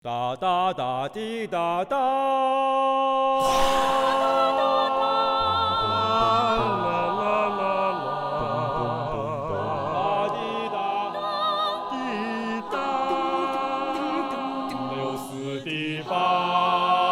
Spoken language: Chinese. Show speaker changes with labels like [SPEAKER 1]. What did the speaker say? [SPEAKER 1] 哒哒哒滴哒哒。